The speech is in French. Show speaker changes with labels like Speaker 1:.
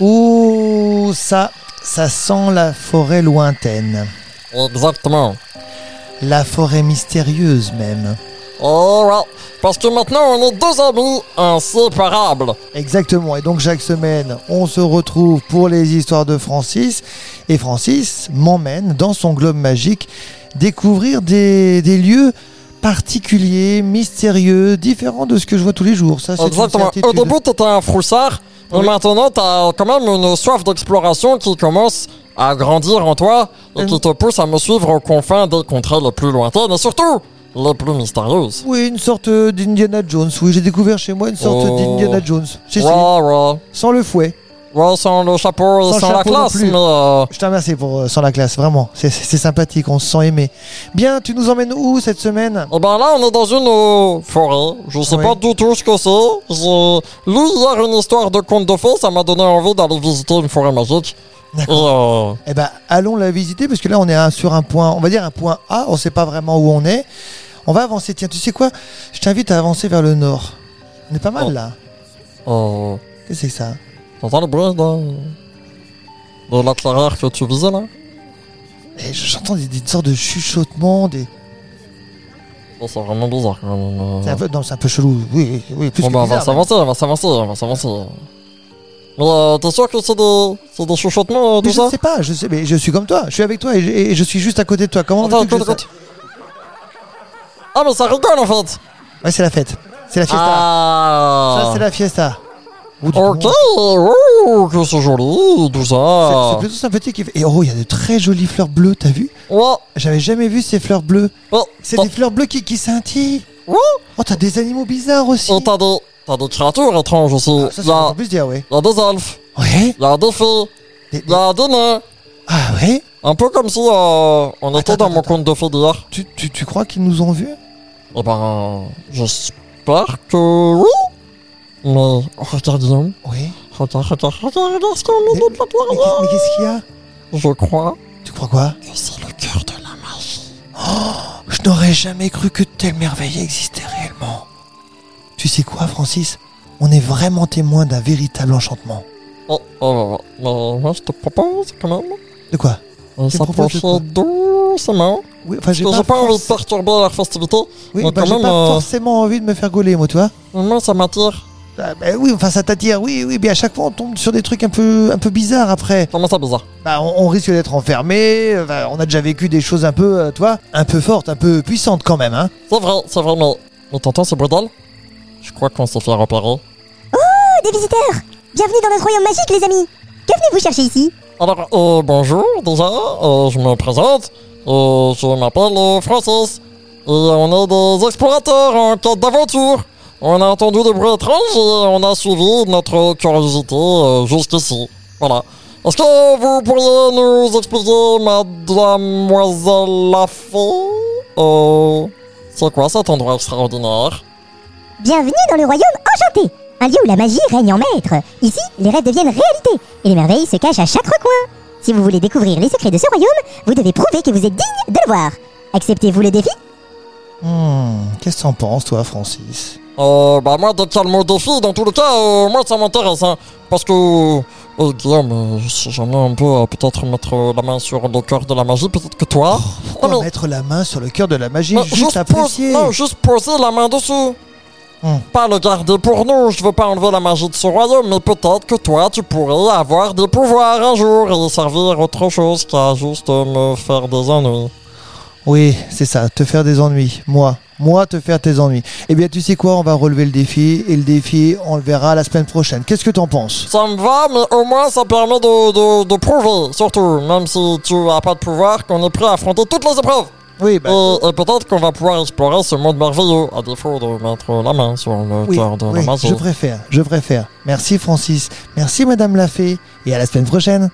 Speaker 1: Ouh, ça, ça sent la forêt lointaine.
Speaker 2: Exactement.
Speaker 1: La forêt mystérieuse même.
Speaker 2: Oh ouais, parce que maintenant on est deux amis inséparables.
Speaker 1: Exactement. Et donc chaque semaine, on se retrouve pour les histoires de Francis. Et Francis m'emmène dans son globe magique découvrir des, des lieux particuliers, mystérieux, différents de ce que je vois tous les jours. Ça, c'est une
Speaker 2: Exactement. Au
Speaker 1: certitude.
Speaker 2: début, t'étais un froussard, mais
Speaker 1: Oui.
Speaker 2: maintenant, t'as quand même une soif d'exploration qui commence à grandir en toi et
Speaker 1: Euh.
Speaker 2: qui te pousse à me suivre aux confins des contrées les plus lointaines et surtout les plus mystérieuses.
Speaker 1: Oui, une sorte d'Indiana Jones. Oui, j'ai découvert chez moi une sorte
Speaker 2: Oh.
Speaker 1: d'Indiana Jones. Si, si.
Speaker 2: ouais, ouais.
Speaker 1: Sans le fouet.
Speaker 2: Ouais, sans le chapeau et
Speaker 1: Sans
Speaker 2: sans,
Speaker 1: le
Speaker 2: la
Speaker 1: chapeau non
Speaker 2: classe,
Speaker 1: plus.
Speaker 2: mais. euh,
Speaker 1: Je te remercie pour euh, sans la classe, vraiment. C'est- C'est c'est sympathique, on se sent aimé. Bien, tu nous emmènes où cette semaine
Speaker 2: Eh ben là, on est dans une euh, forêt. Je sais
Speaker 1: Oui.
Speaker 2: pas du tout ce que c'est. J'ai lu hier une histoire de conte de fées. Ça m'a donné envie d'aller visiter une forêt magique. Et,
Speaker 1: D'accord.
Speaker 2: euh,
Speaker 1: Eh ben, allons la visiter parce que là, on est à- sur un point, on va dire un point A. On sait pas vraiment où on est. On va avancer. Tiens, tu sais quoi Je t'invite à avancer vers le nord. On est pas mal
Speaker 2: Oh.
Speaker 1: là.
Speaker 2: euh,
Speaker 1: Qu'est-ce que c'est que ça
Speaker 2: t'entends le bruit de, de la clairière que tu visais là
Speaker 1: Eh, J'entends des, des sortes de chuchotements, des.
Speaker 2: Oh, C'est vraiment bizarre quand même. euh.
Speaker 1: C'est un peu, non, c'est un peu chelou. Oui, oui, oui, plus
Speaker 2: Bon,
Speaker 1: que
Speaker 2: bah, on va
Speaker 1: bizarre, même.
Speaker 2: s'avancer, on va s'avancer, on va s'avancer. Mais euh, t'es sûr que c'est des, c'est des chuchotements, euh,
Speaker 1: Mais
Speaker 2: tout
Speaker 1: je
Speaker 2: ça
Speaker 1: ne sais pas, je sais, mais je suis comme toi, je suis avec toi et je, et je suis juste à côté de toi. Comment
Speaker 2: Attends,
Speaker 1: veux-tu que
Speaker 2: écoute,
Speaker 1: je
Speaker 2: écoute. Ah, mais ça rigole en fait
Speaker 1: sache Ouais, c'est la fête. C'est la fiesta.
Speaker 2: Ah
Speaker 1: Ça, c'est la fiesta. Ou du
Speaker 2: Ok,
Speaker 1: monde.
Speaker 2: ouh, que c'est joli, tout
Speaker 1: C'est-
Speaker 2: ça.
Speaker 1: C'est plutôt sympathique. Et oh, il y a de très jolies fleurs bleues, t'as vu
Speaker 2: Ouais,
Speaker 1: J'avais jamais vu ces fleurs bleues.
Speaker 2: oh,
Speaker 1: C'est
Speaker 2: t'as-
Speaker 1: des fleurs bleues qui, qui scintillent.
Speaker 2: Ouh.
Speaker 1: Oh, t'as des animaux bizarres aussi.
Speaker 2: et oh, t'as des, t'as des créatures étranges aussi.
Speaker 1: Ah, ça,
Speaker 2: Il y,
Speaker 1: c'est
Speaker 2: a,
Speaker 1: encore plus dire, ouais.
Speaker 2: y a des elfes,
Speaker 1: Ouais
Speaker 2: il y a des fées,
Speaker 1: Des-
Speaker 2: il y a des nains.
Speaker 1: Ah ouais
Speaker 2: Un peu comme si euh, on était
Speaker 1: Attends,
Speaker 2: dans
Speaker 1: attends,
Speaker 2: mon
Speaker 1: attends.
Speaker 2: conte de fées d'hier.
Speaker 1: tu, tu, tu crois qu'ils nous ont vus
Speaker 2: Eh ben, j'espère que oui. Mais regarde,
Speaker 1: Oui.
Speaker 2: regarde, regarde, regarde, regarde ce qu'on
Speaker 1: Mais-
Speaker 2: est de la
Speaker 1: Mais,
Speaker 2: toile.
Speaker 1: qu'est- mais qu'est-ce qu'il y a
Speaker 2: Je crois
Speaker 1: Tu crois quoi
Speaker 2: que c'est le cœur de la magie.
Speaker 1: Je n'aurais jamais cru que telle merveille existait réellement. Tu sais quoi, Francis On est vraiment témoin d'un véritable enchantement.
Speaker 2: Oh, oh, oh, oh. Mais moi, je te propose quand même
Speaker 1: De quoi
Speaker 2: de
Speaker 1: Tu me proposes de
Speaker 2: s'approcher doucement.
Speaker 1: Oui, enfin, j'ai
Speaker 2: Parce que
Speaker 1: pas,
Speaker 2: j'ai pas envie de
Speaker 1: forc-
Speaker 2: perturber leur festivité.
Speaker 1: oui,
Speaker 2: mais
Speaker 1: bah,
Speaker 2: quand
Speaker 1: j'ai
Speaker 2: même,
Speaker 1: pas
Speaker 2: euh,
Speaker 1: forcément envie de me faire gauler, moi, tu vois.
Speaker 2: Mais Moi, ça m'attire.
Speaker 1: Ah, bah oui, enfin, ça t'attire, oui, oui, mais à chaque fois, on tombe sur des trucs un peu, un peu bizarres après.
Speaker 2: Comment ça, bizarre
Speaker 1: Bah, on, on risque d'être enfermé, euh, bah, on a déjà vécu des choses un peu, euh, tu vois, un peu fortes, un peu puissantes quand même, hein.
Speaker 2: C'est vrai, c'est vrai, mais. Mais t'entends ce bordel Je crois qu'on s'est fait repérer.
Speaker 3: des visiteurs Bienvenue dans notre royaume magique, les amis Que venez-vous chercher ici
Speaker 2: Alors, euh, bonjour, déjà, euh, je me présente. Euh, je m'appelle euh, Francis. Et on est des explorateurs en quête d'aventure. On a entendu des bruits étranges et on a suivi notre curiosité euh, jusqu'ici. Voilà. Est-ce que vous pourriez nous expliquer, mademoiselle Lafont euh, C'est quoi cet endroit extraordinaire
Speaker 3: Bienvenue dans le royaume enchanté Un lieu où la magie règne en maître Ici, les rêves deviennent réalité et les merveilles se cachent à chaque recoin Si vous voulez découvrir les secrets de ce royaume, vous devez prouver que vous êtes digne de le voir Acceptez-vous le défi
Speaker 1: Hmm, qu'est-ce que t'en penses, toi, Francis
Speaker 2: Euh, bah moi, dès qu'il y a le mot défi, dans tous les cas, euh, moi ça m'intéresse, hein, parce que... Euh, Guillaume, euh, si jamais on peut euh, peut-être mettre euh, la main sur le cœur de la magie, peut-être que toi...
Speaker 1: Pourquoi
Speaker 2: Oh non.
Speaker 1: mettre Oh, la main sur le cœur de la magie
Speaker 2: Non,
Speaker 1: Juste
Speaker 2: pose-
Speaker 1: apprécier
Speaker 2: non, juste poser la main dessus
Speaker 1: Hmm.
Speaker 2: Pas le garder pour nous, je veux pas enlever la magie de ce royaume, mais peut-être que toi, tu pourrais avoir des pouvoirs un jour et servir autre chose qu'à juste euh, me faire des ennuis.
Speaker 1: Oui, c'est ça, te faire des ennuis. Moi, moi, te faire tes ennuis. Eh bien, tu sais quoi, on va relever le défi, et le défi, on le verra la semaine prochaine. Qu'est-ce que t'en penses
Speaker 2: Ça me va, mais au moins ça permet de, de, de prouver, surtout, même si tu as pas de pouvoir, qu'on est prêt à affronter toutes les épreuves.
Speaker 1: Oui, bah,
Speaker 2: Et, et peut-être qu'on va pouvoir explorer ce monde merveilleux, à défaut de mettre la main sur le
Speaker 1: oui,
Speaker 2: cœur de
Speaker 1: oui,
Speaker 2: la
Speaker 1: je
Speaker 2: magie.
Speaker 1: préfère, je préfère. Merci Francis, merci Madame Lafay, et à la semaine prochaine.